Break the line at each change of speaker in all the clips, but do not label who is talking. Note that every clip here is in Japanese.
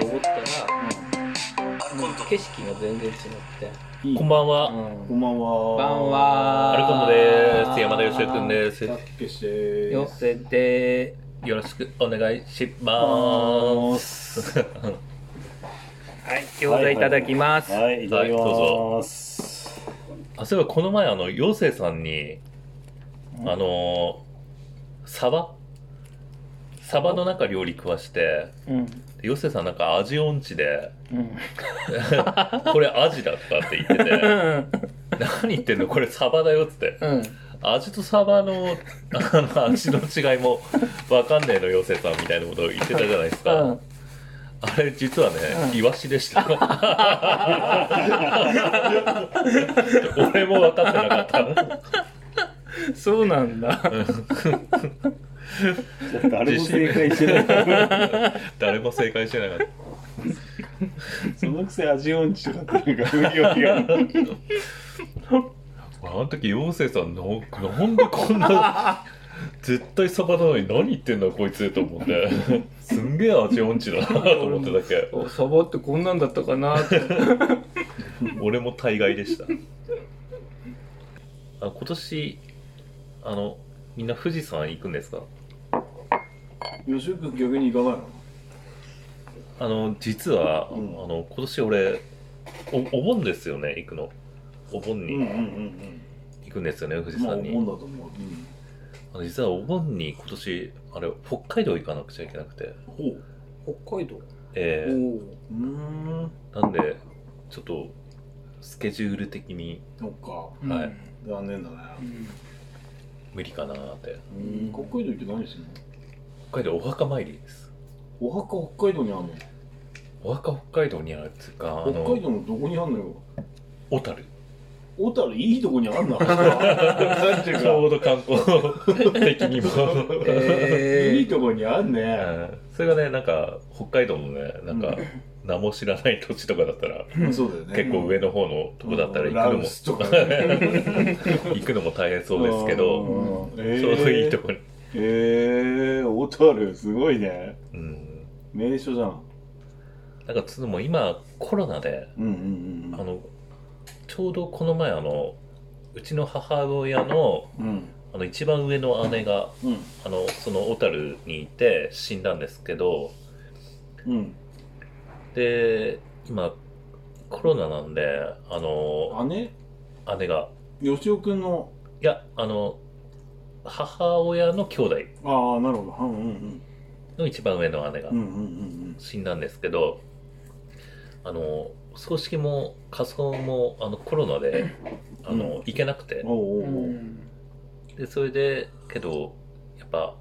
登ったら、景色が全然違って。
いい
こんばんは。
こんばんは。
こんばん。は。
アルコンドです。山田よせくんです。
た
よ
っけしです。
よせで
ろしくお願いします。
はい、餃子いただきます。
はい、いただき
はいど
ます。
あ、そういえばこの前、あの、妖精さんに、あのー、サバサバの中料理食わして、
うん。
妖精さんなんか味音 痴で、
うん。
これアジだとかって言って
う
て、
ん。
何言ってんのこれサバだよっつって。
うん。
味とサバのあの味の違いもわかんねえの妖精さんみたいなことを言ってたじゃないですか、
うん
あれ実はね、イワシでした俺も分かってなかっ
そうなんだ。
誰も正解してない。
た誰も正解してなかっ
そのくせ味音痴とかっていうか、雰囲気が。
たあの時妖精さんのなんでこんな絶対サバなのに何言ってんだこいつと思ってすんげえ味音痴だなと思っただけ
おサバってこんなんだったかなって。
俺も大概でしたあ今年あのみんな富士山行くんですか
吉くん逆に行かないの
あの実は、あの今年俺おお盆ですよね行くのお盆
うんうん
に行くんですよね、富士
まあ、
山
思
に、
うんだと思う。
あの実はお盆に今年あれ北海道行かなくちゃいけなくて
ほう。
北海道。
え
おお。
え
うーん。
なんでちょっとスケジュール的に
そっか。
うん
はい。
残念だね。
うん
無理かなーって
うん。北海道行って何してんの
北海道お墓参りです
お墓北海道にあんの
お墓北海道にあるっつうかあ
北海
の
道のどこにあんのよ。
小樽
小樽いいとこにあんな。なん てい
ちょ
う
うど観光的 に も、
か、い
え
いとこにあん
う
ね。
んそれがねなんか北海道のねなんか名も知らない土地とかだったら
そうだよね。
結構上の方のとこだったら行
ラ
くの
ウ
も
スとかね。
行くのも大変そうですけど
うん。
ち
ちょうどいいとこに、
えー、小樽、すごいね。
うん、
名所じゃん。
なんかつうのも今コロナで
うん
あのちょうどこの前あのうちの母親の
うんうん。うん。
あの一番上の姉が
うん。
あのその小樽にいて死んだんですけど
うん。
で今コロナなんであの
姉
姉が
吉尾くんの。
いやあの母親の兄弟
ああ、なるほど。うんうん
の一番上の姉が
うんうんうん
死んだんですけど、あの葬式も火葬もあのコロナであの、行けなくて
うん。おうおう
ー。う
おう。
ん
でそれでけどやっぱ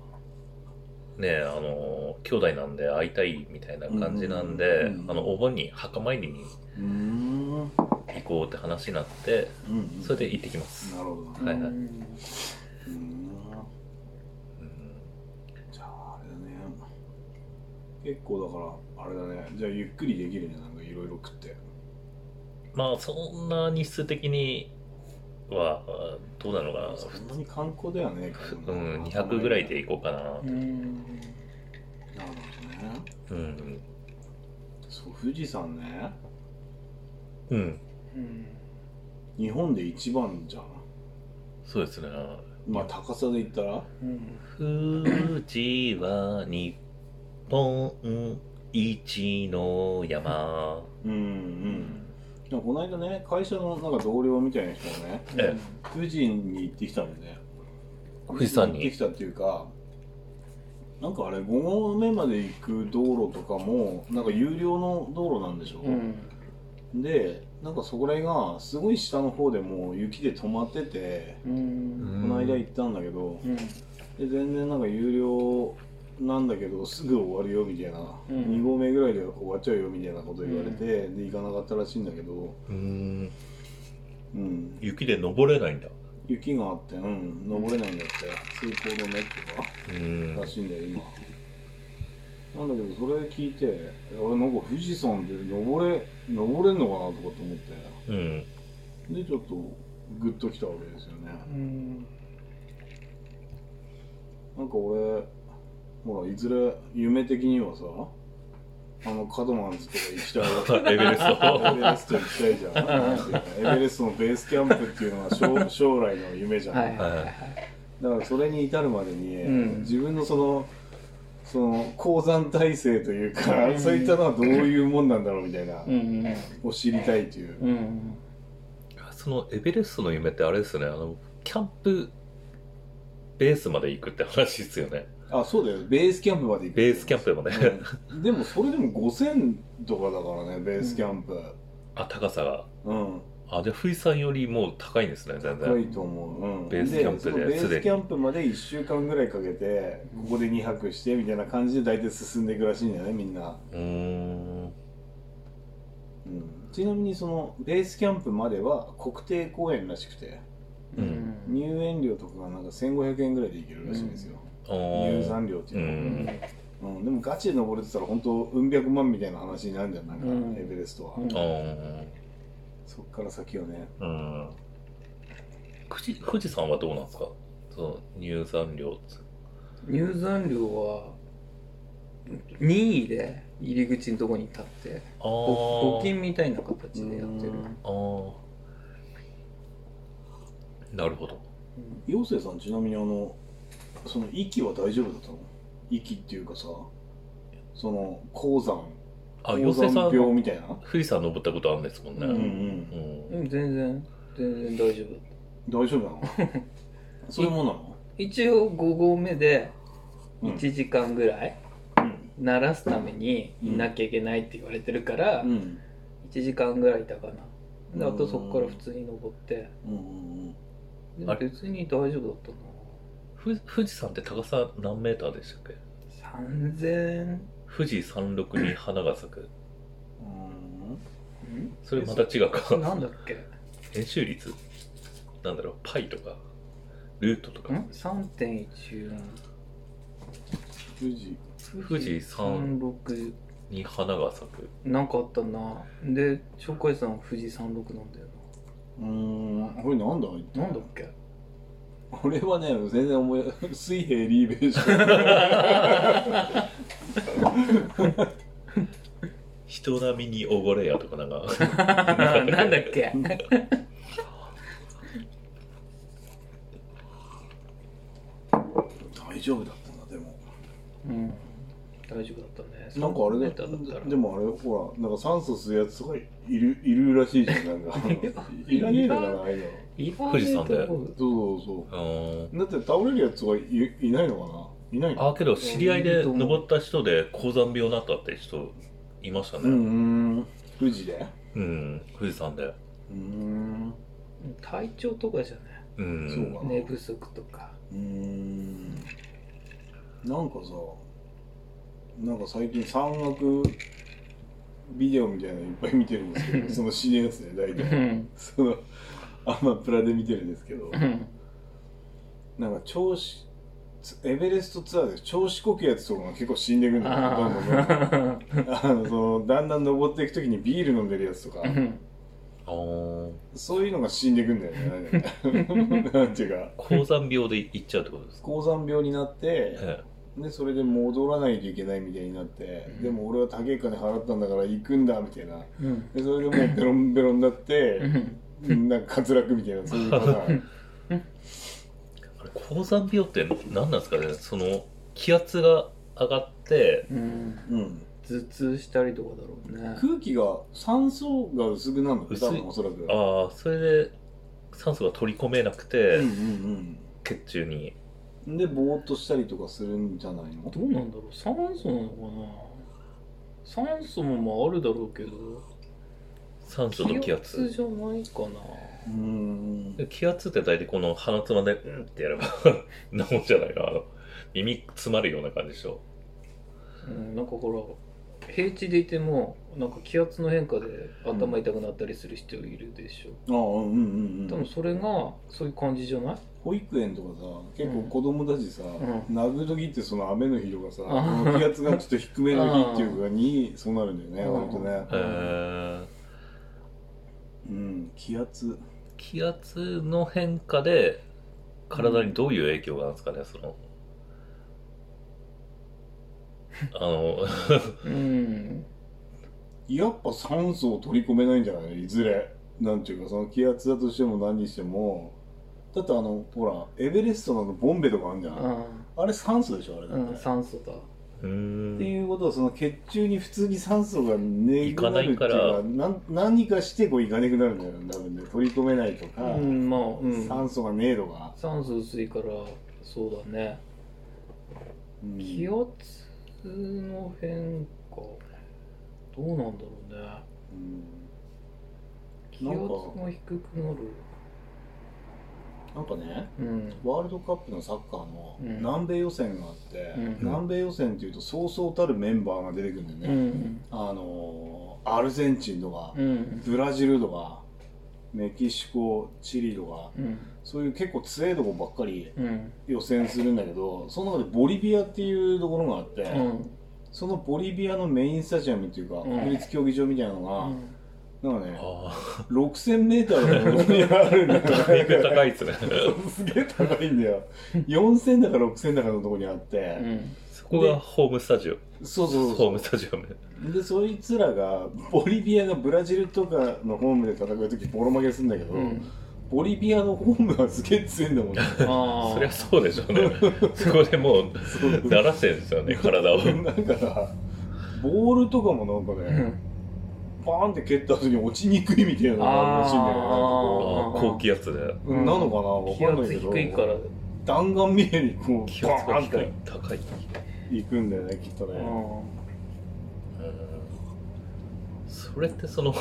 ねえあの兄弟なんで会いたいみたいな感じなんで、
うんうんうん
あのお盆に墓参りに
うーん。うん
行こうって話になって
うん。
それで行ってきます、
なるほど。
はいはい
うん
うーん。
うん
じゃあ、あれだね。
結構だから、あれだね。じゃあゆっくりできるね。なんかいろいろ食って。
まあそんな日数的にはあどうなのかな
そんなに観光だよね。
うん、200ぐらいで
いい。
行こうかな。
うん
なるほどね。
うん。
そう、富士山ね。
うん。
うん
日本で一番じゃん。
そうですね。
まあ高さで言ったら。
うん
富士は日本一の山。
うんうん。なんかこの間ね、会社のなんか同僚みたいな人がね、
え
富士に行ってきたんだよね。
富士山に
行ってきたっていうか、なんかあれ、5合目まで行く道路とかも、なんか有料の道路なんでしょ、
うん
で、なんかそこら辺が、すごい下の方でもう雪で止まってて、
うん
この間行ったんだけど、
うん
で全然なんか有料なんだけどすぐ終わるよみたいな、
うん
2合目ぐらいで終わっちゃうよみたいなこと言われて、で行かなかったらしいんだけど、
うん。
うん、
雪で登れないんだ。
雪があって、うん、登れないんだって通行止めと
う
か
ん
ら。しいんだよ今なんだけどそれ聞いて俺なんか富士山で登れ登れんのかなとかと思って
うん。
でちょっとグッときたわけですよね
うん
なんか俺ほらいずれ夢的にはさあの角マンズとか行きたいわけ
エベレス
エ
ト
ベレスト行きたいじゃん。エベレストのベースキャンプっていうのは将将来の夢じゃん、
はいはいはい
は
だからそれに至るまでに、
うん
自分のそのその鉱山体制というか、
うん
そういったのはどういうもんなんだろうみたいな、
うん
を知りたいという、
うんうん
そのエベレストの夢ってあれですねあのキャンプベースまで行くって話ですよね
あそうだよベースキャンプまで行く
ベースキャンプまで、
うんでもそれでも5000とかだからねベースキャンプ
あ高さが
うん
あじゃあ富士山よりもう高いんですね全
高
然
いと思う、うん、
ベースキャンプで
そのベー
すで
ス
に
キャンプまで1週間ぐらいかけてここで2泊してみたいな感じで大体進んでいくらしいんだよねみんな、
うーん
うん、ちなみにそのベースキャンプまでは国定公園らしくて
う
う
んん
入園料とかがなんか1500円ぐらいで行けるらしいんですよ、
あー
入山料っていううのは、
ん
うんでもガチで登れてたら本当うん百万みたいな話になるんじゃんなんか、
うん
エベレストは、
うん
あー
そっから先はね
うん富士富士山はどうなんですかその入山料って
入山料は任意で入り口のとこに立って
ああ
募募金みたいな形でやってる
うん
あーなるほど
陽生さんちなみにあのその息は大丈夫だったの息っていうかさその鉱山
あ
鉱
寄せさ
山病
ん
みたいな
富士山登ったことあるんですもんね、
うんう
うん
うん
うん全然全然大丈夫
大丈夫なのそういうもんなの
一応5合目で
うん
1時間ぐらい鳴らすためにいなきゃいけないって言われてるから
うんうん
1時間ぐらいいたかなであとそこから
うん
普通に登って
うんうん
で
あ
も
れ
別に大丈夫だっ
ふ富士山って高さ何メーターでしたっけ
たな3000
富士山麓に花が咲く
うん
それまた違うか
なんだっけ
円周率なんだろうパイとかルートとか
ん ?3.14
富士
富士山
36
に花が咲く
なんかあったなで紹介さん富士山6なんだよ
うーんこれなんだ一体
ななんだっけ
俺はね全然思い水平リーベーショ
人並みにおごれやとかなんか
なんだっけ
ン大丈夫だったんだでも
うん大丈夫だったね
なんかあれだ
3メーターったら
でもあれほらなんか酸素吸うやつとかいるいるらしいじゃんなん かいらねえのかなああいうの
富士山で
意外と
そうそう
うー
そ
ん
うだって倒れるやつはいいないのかないないの
あけど知り合いで登った人で高山病になったって人いました
う
ね
んうん富士で
うん、富士山で
うーん
体調とかじゃない
うん
そうかな
寝不足とか
うーんなんかさなんか最近山岳ビデオみたいなのいっぱい見てるんです けどその死ぬやつね大
う
体
ん
そのアマプラで見てるんですけど
うん
なんか調子エベレストツアーで調子こくやつとかが結構死んでいくんだよどんどんどんどん
あ
あのそのだんだん登っていくときにビール飲んでるや つとか
ーうん
あー
そういうのが死んでいくんだよねなんていうか
高山病で行っちゃうってことですか、
高山病になって
え
でそれで戻らないといけないみたいになって、
うん
でも俺は高い金払ったんだから行くんだみたいな
うん
でそれでもうベロンベロンになって
うん
なんか滑落みたいなそういうパター ン
えあれ高山病って何なんですかねその気圧が上がって
うん
うん
頭痛したりとかだろうね
空気が酸素が薄くなるの
薄い
多分おそらく
ああそれで酸素が取り込めなくて、
うんうん
血中に
うんでぼーっとしたりとかするんじゃないの
どうなんだろう酸素なのかな酸素もまああるだろうけど
酸素と気圧
じゃないかな
うーん
で気圧って大体この鼻つまんでうんってやれば 治るんじゃないかなあの耳詰まるような感じでしょ
うんなんかほら平地でいてもなんか気圧の変化で頭痛くなったりする人いるでしょ、
ああうんうんうん
多分それがそういう感じじゃない
保育園とかさ結構子供たちさ、
う
殴る時ってその雨の日とかさ、
あー
この気圧がちょっと低めの日っていうか にそうなるんだよね
うん
割とね
え
う
ー、
ん気圧
気圧の変化で体にどういう影響があるんですかねそのあの
うん
やっぱ酸素を取り込めないんじゃないいずれなんていうかその気圧だとしても何にしてもだってあのほらエベレストのボンベとかあるんじゃない
あ
あれ酸素でしょあれ
ー
だ
う
っ
ん
て、
酸素だ
っ
う
て
ん
いうことはその血中に普通に酸素がね
いかないから
なん何かしてこういかなくなるんだよ多分ね取り込めないとか、
うんまあうん
酸素がねえとか、
酸素薄いからそうだね
うん
気圧の変化どうなんだろうね
うん
気圧が低くなる
なんかね
うん
ワールドカップのサッカーの
うん
南米予選があって、
うん
南米予選っていうとそうそうたるメンバーが出てくるんだ
う
よね、
ん
あのーアルゼンチンとか、
うん
ブラジルとかメキシコチリとか
うん
そういう結構強いとこばっかり
うん
予選するんだけどその中でボリビアっていうところがあって、
うん
そのボリビアのメインスタジアムっていうか、
うん
国立競技場みたいなのが、なんかね
あ
6000m の上にあるんだよ
あ だいぶ高いですね
すげえ高いんだよ4000だか6000だかのとこにあっ
う
て、
ん
そこがホームスタジオ
そうそう
ホー
そ
ムスタジアム
うでそいつらがボリビアがブラジルとかのホームで戦う時ボロ負けするんだけど、
うん
ボリビアのホームはすげえ強いんだもんね
ああ
そりゃそうでしょうねそこでもう
そう
慣らしてるんですよね 体を
だからボールとかもなんか
う
ね、
ん
バーンって蹴った後に落ちにくいみたいなのがあるらしいんだ
あ
よね
ー高気圧で
うんなのか
気
なわかんない
圧
けど
低いから
弾丸みたいにこう
気
バ
圧
ーン
が
っ
低い
て
高い
行くんだよねきっと
う
ね、
ん
それってその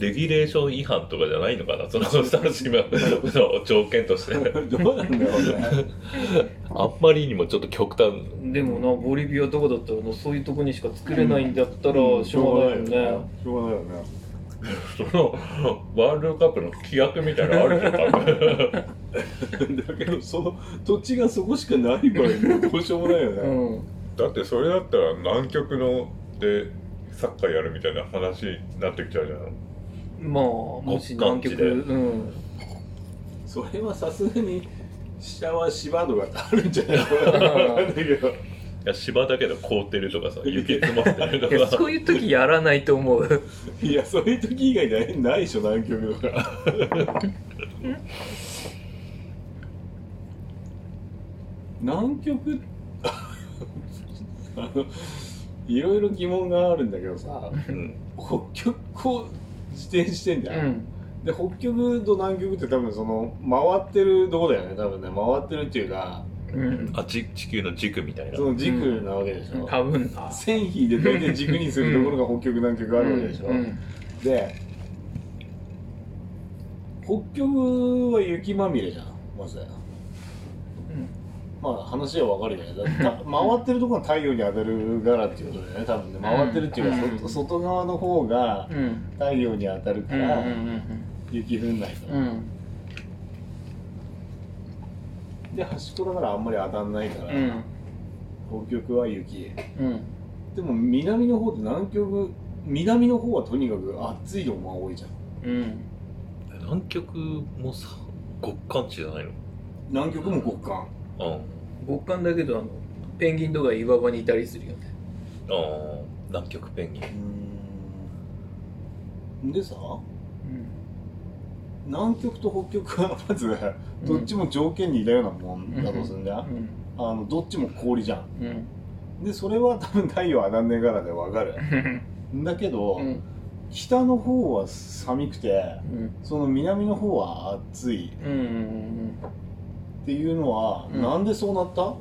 レギュレーション違反とかじゃないのかなそのスタジアムの条件として
どうなんだろうね。
あんまりにもちょっと極端
でもなボリビアとかだったらなそういうとこにしか作れないんだったらしょうがないよね。
しょうがないよね。
そのワールドカップの規約みたいなのあるのかな
だけど、その土地がそこしかない場合、もうどうしようもないよ
う
ね。
ん
だってそれだったら南極のでサッカーやるみたいな話になってきちゃうじゃん
まあもし南極
極
うん
それはさすがに、下は芝とかってあるんじゃないかな。わかんないけど。
いや芝だけど凍ってるとかさ雪積もってると
いや
か
そういう時やらないと思う
いや、そういう時以外ないないでしょ、南極とか。南極あの、いろいろ疑問があるんだけどさ、
うん
北極を自転してんじ
う
ゃん。
ん
で北極と南極って多分その回ってるとこだよね多分ね回ってるっていうか
うん
あち地球の軸みたいな
その軸なわけでしょ、
多分な
線引いて大体軸にするところが北極南極あるわけでしょ、
うん
で北極は雪まみれじゃんまずまあ話はわかるよねだ ってた回ってるところが太陽に当たるからっていうことだよね多分ね回ってるっていうか、
うん
そ外側の方が
うんうん
太陽に当たるか
うんう
ら、
ん
雪降んないから、
うん
で端っこだからあんまり当たんないから、
うん
北極は雪
うん
でも南の方って南極南の方はとにかく暑いのが多いじゃん
うん
南極もさ極寒地じゃない
南極も極寒
のうん
極寒だけどあのペンギンとか岩場にいたりするよね
あー南極ペンギン
うんでさ南極と北極は まずどっちも条件に似たようなもんだとするんだよ、
うん
あのどっちも氷じゃん
うん
でそれは多分太陽当たんねえからでわかるんだけど、
うん
北の方は寒くて
うん
その南の方は暑い
うんう
っ
ん
ていうのは、
うん
なんでそうなったっ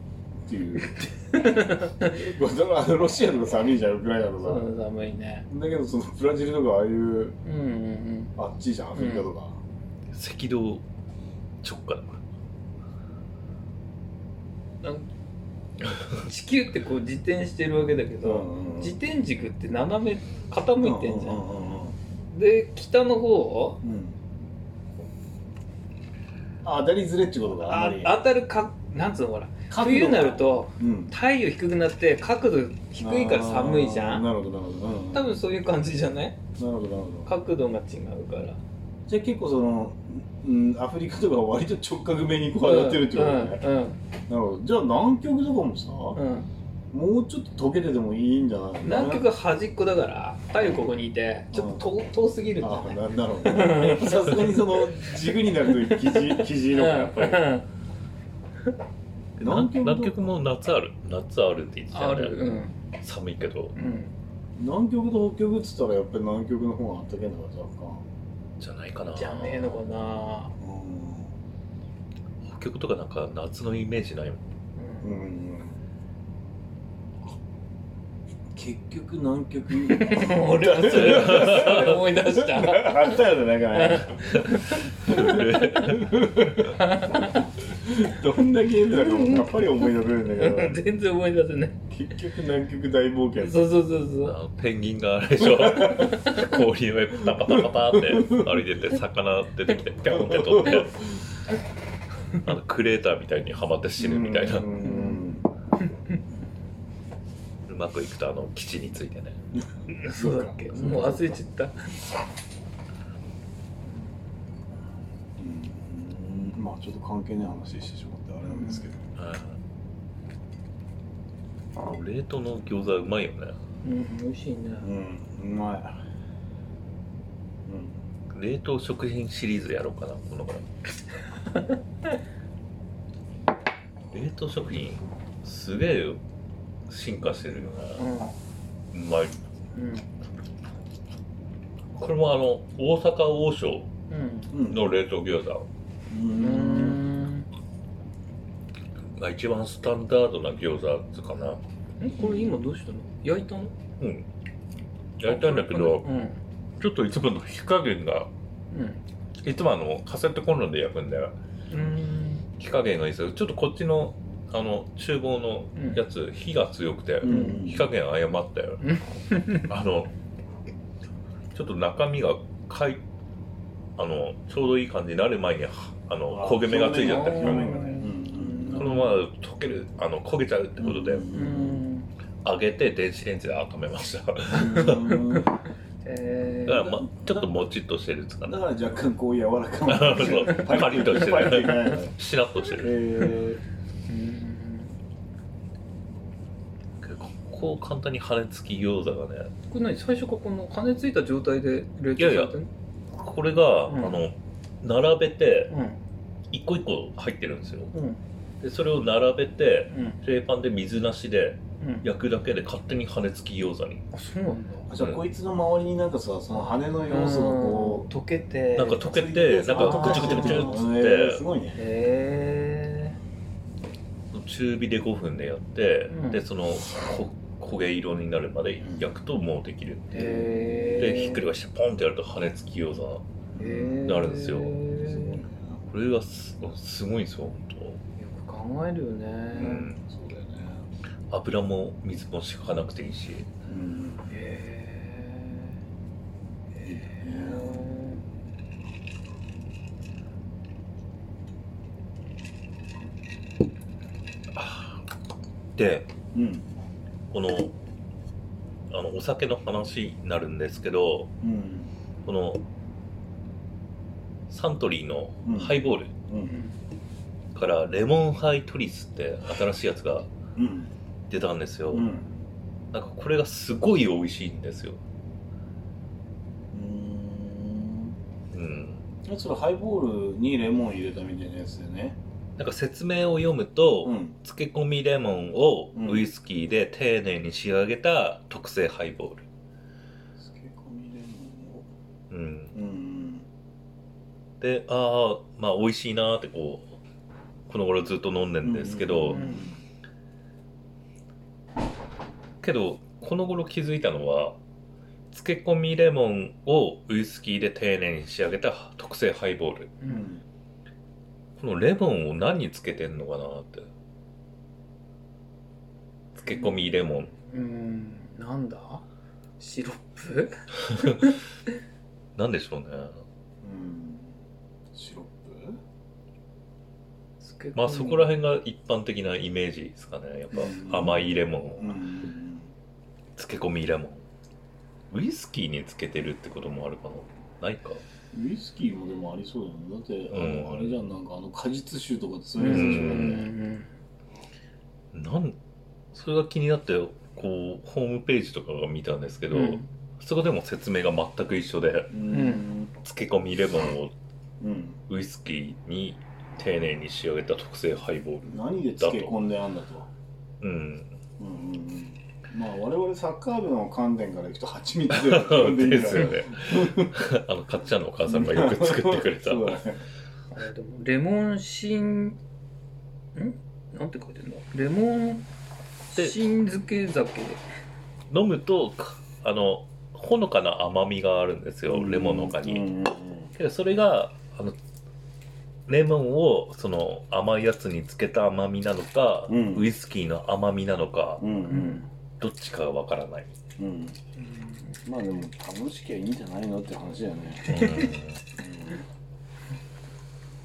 ていう これだからあのロシアとか寒いじゃんウクライナと
う
か、
ん寒いね
だけどそのブラジルとかああいう
うんうん
あっちじゃんアフリカとか、
赤道直下だから
うん地球ってこう自転してるわけだけど、
ん
自転軸って斜め傾いてんじゃん,、
うんうんうん
で北の方
うんうんあ当たりずれっちゅうことがあ
あ
んまり
当たるかなんつうのほら
角度が
冬になる、と
うん、
太陽低くなって角度低いから寒いじゃ
あー
ん
なるほどなるほど、うん、
多
なる
分そういう感じじゃない
ほどなるほど
角度が違うから
じゃあ結構その、うん、アフリカとかは割と直角目にこう当たってるってことだね、
うん
なるほどじゃあ南極とかもさ、
うんうん
もうちょっと溶けててもいいんじゃない
南極端っこだから太陽ここにいてちょっと遠遠すぎるんだ
あ
よね
ななるほどねさすがにその軸になると生地生地のがやっぱり
うん
南極
だ
南極も夏ある夏あるって言ってた
あ
よ
るう
ね、
ん
寒いけど
うん
南極と北極っつったらやっぱり南極の方があったけえのが若干
じゃないかな
じゃねえのかな
北極とかなんか夏のイメージないもん
う
うん
ん、うん、結局南極
俺はそれそれ思い出した
あったよねなんかねどんなゲームだかもやっぱり思い出せるんだけど
全然思い出せない
結局南極大冒険
そうそうそうそう
あペンギンがあれで しょ氷の上パタパタパタって歩いてて魚出てきてピャンって取ってあのクレーターみたいにはまって死ぬみたいな
うんうん
うまくいくとあの基地についてね
そうだっけもう忘れちゃった
うんまあちょっと関係ない話してしまってあれなんですけど
うん冷凍の餃子うまいよね
うん美味しいね
うんうまい
冷凍食品シリーズやろうかなこのから冷凍食品すげえ進化してるよ
う
ね
ん
うまい
うん
これもあの大阪王将
うん
うん
の冷凍餃子
うん
う
うん
ん
が一番スタンダードな餃子かな
えこれ今どうしたの焼いたの
うん焼いたんだけど
うん
ちょっといつもの火加減が
うん
いつもあのカセットコンロで焼くんだよ
うん
火加減がいいですよちょっとこっちのあの厨房のやつ、火が強くて、
うん
火加減誤ったよ
うん
あのちょっと中身がかいあのちょうどいい感じになる前にはあの焦げ目がついちゃった
あ
表
表面
面
が
が
ねうん
このまま溶けるあの焦げちゃうってことで、
うん
揚げて電子レンジで温めましただか
うん
え
ら、
ー
ま、ちょっともちっとしてるやつか
だ
な
から若干こう柔らか
あ
な
のパリッとして
パリッといかない
る
の
しなっとしてる
え
うん
結構こう簡単に羽根付き餃子がね
これ何最初からこの羽ついた状態で冷凍されてんの
これが、
うん
あの並べて一個一個入ってるんですよ
うんうん
でそれを並べて
うん
フライパンで水なしで
うん
焼くだけで勝手に羽根付き餃子に
あそうなんだ
ー、じゃあこいつの周りになんかさその羽の要素がこう
溶けて
なんか溶けてなんかぐちゅぐちゅぐちゅっつっ
えーす
て
ごいね
へ
中火で5分でやって、
うん
でそのこ焦げ色になるまで焼くともうできるっていう、
え
でひっくり返してポンってやると羽根付き餃子
返
なるんですよ
すごいね
これがすすごいんですよ
よく
本
考えるよね
当、うん、
そうだよね
油も水も敷かなくていいし
うん
へえ
で
うん
このあのお酒の話になるんですけど
うん
このサントリーのハイボール
うん
からレモンハイトリスって新しいやつが
うん
出たんですよ、
うん
なんかこれがすごい美味しいんですよ、うん、
うんそれハイボールにレモン入れたみたいなやつだよね
なんか説明を読むと、
うん
漬け込みレモンを
うん
ウイスキーで丁寧に仕上げた特製ハイボール、
漬け込みレモンを
うん、
うん
でああまあ美味しいなーってこうこの頃ずっと飲んでんですけど、
うんうん
けどこの頃気づいたのは漬け込みレモンをウイスキーで丁寧に仕上げた特製ハイボール
う
うんん
このレモンを何につけてんのかなーって漬け込みレモン
うんなんだシロップ
なんでしょうね
うんシロップ
まあそこら
へん
辺が一般的なイメージですかねやっぱ甘いレモンを
うん
漬け込みレモンウイスキーに漬けてるってこともあるかなないか
ウイスキーもでもありそうだよね。だって、あ
うん
のあれじゃん、なんかあの果実酒とかそう
う
いうやつでしょだって
ん
なんそれが気になってこうホームページとかが見たんですけど、
うん
そこでも説明が全く一緒で
うん
漬け込みレモンを
うん
ウイスキーに丁寧に仕上げた特製ハイボール
何で漬け込んであんだと
うん
うんうんうんまあ我々サッカー部の観点からいくと蜂蜜で漬け込んでいいんじゃ
で
ない
すよね あのかっちゃんのお母さんがよく作ってくれた
そうだね
あれでもレモン新んなんて書いてんだレモン新漬け酒
飲むとかあのほのかな甘みがあるんですよレモンの他に、
うんうん
けどそれがあのレモンをその甘いやつにつけた甘みなのか、
うん
ウイスキーの甘みなのか、
うんうん
どっちかがわからない、
うんうんまあでも楽しきゃいいんじゃないのって話だよね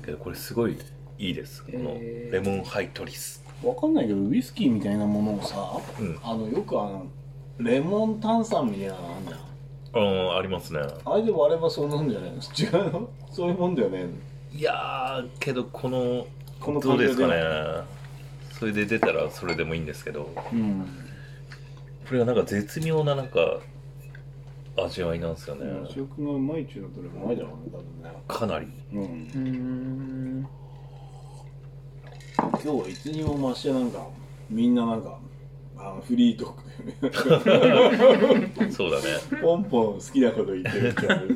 けどこれすごいいいですこの
へー
レモンハイトリス、
わかんないけどウイスキーみたいなものをさ
うん、
あのよくあのレモン炭酸みたいなのあんじゃん
うんありますね
あれで割ればそうなんじゃないの違うの そういうもんだよね
いやーけどこの
この
どうですかね
感
それで出たらそれでもいいんですけど
うん
これがなんか絶妙ななんか味わいなんですよね、
主食がうまいっちゅうのとれうまいだろうね多分ね
かなり
うん
うーん
今日はいつにも増してなんかみんななんかあのフリートークだよね
そうだね
ポンポン好きなこと言ってる って感じ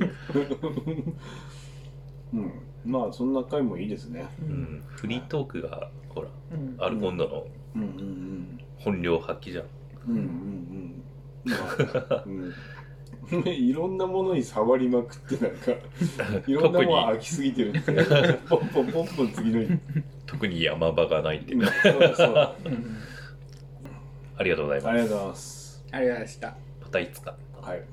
うんまあそんな回もいいですね
うん、フリートークがほら
うん
アルコンドの
うんうん
本領発揮じゃん、
うんうんうんうんまあうん いろんなものに触りまくってなんかいろんなもの飽きすぎてるって ポンポンポンポン次 の日
特に山場がないっていううん
そうそう
うん
ありがとうござい
あ
ま
り
す
がとうございます
ありがとうございました
またいつか
はい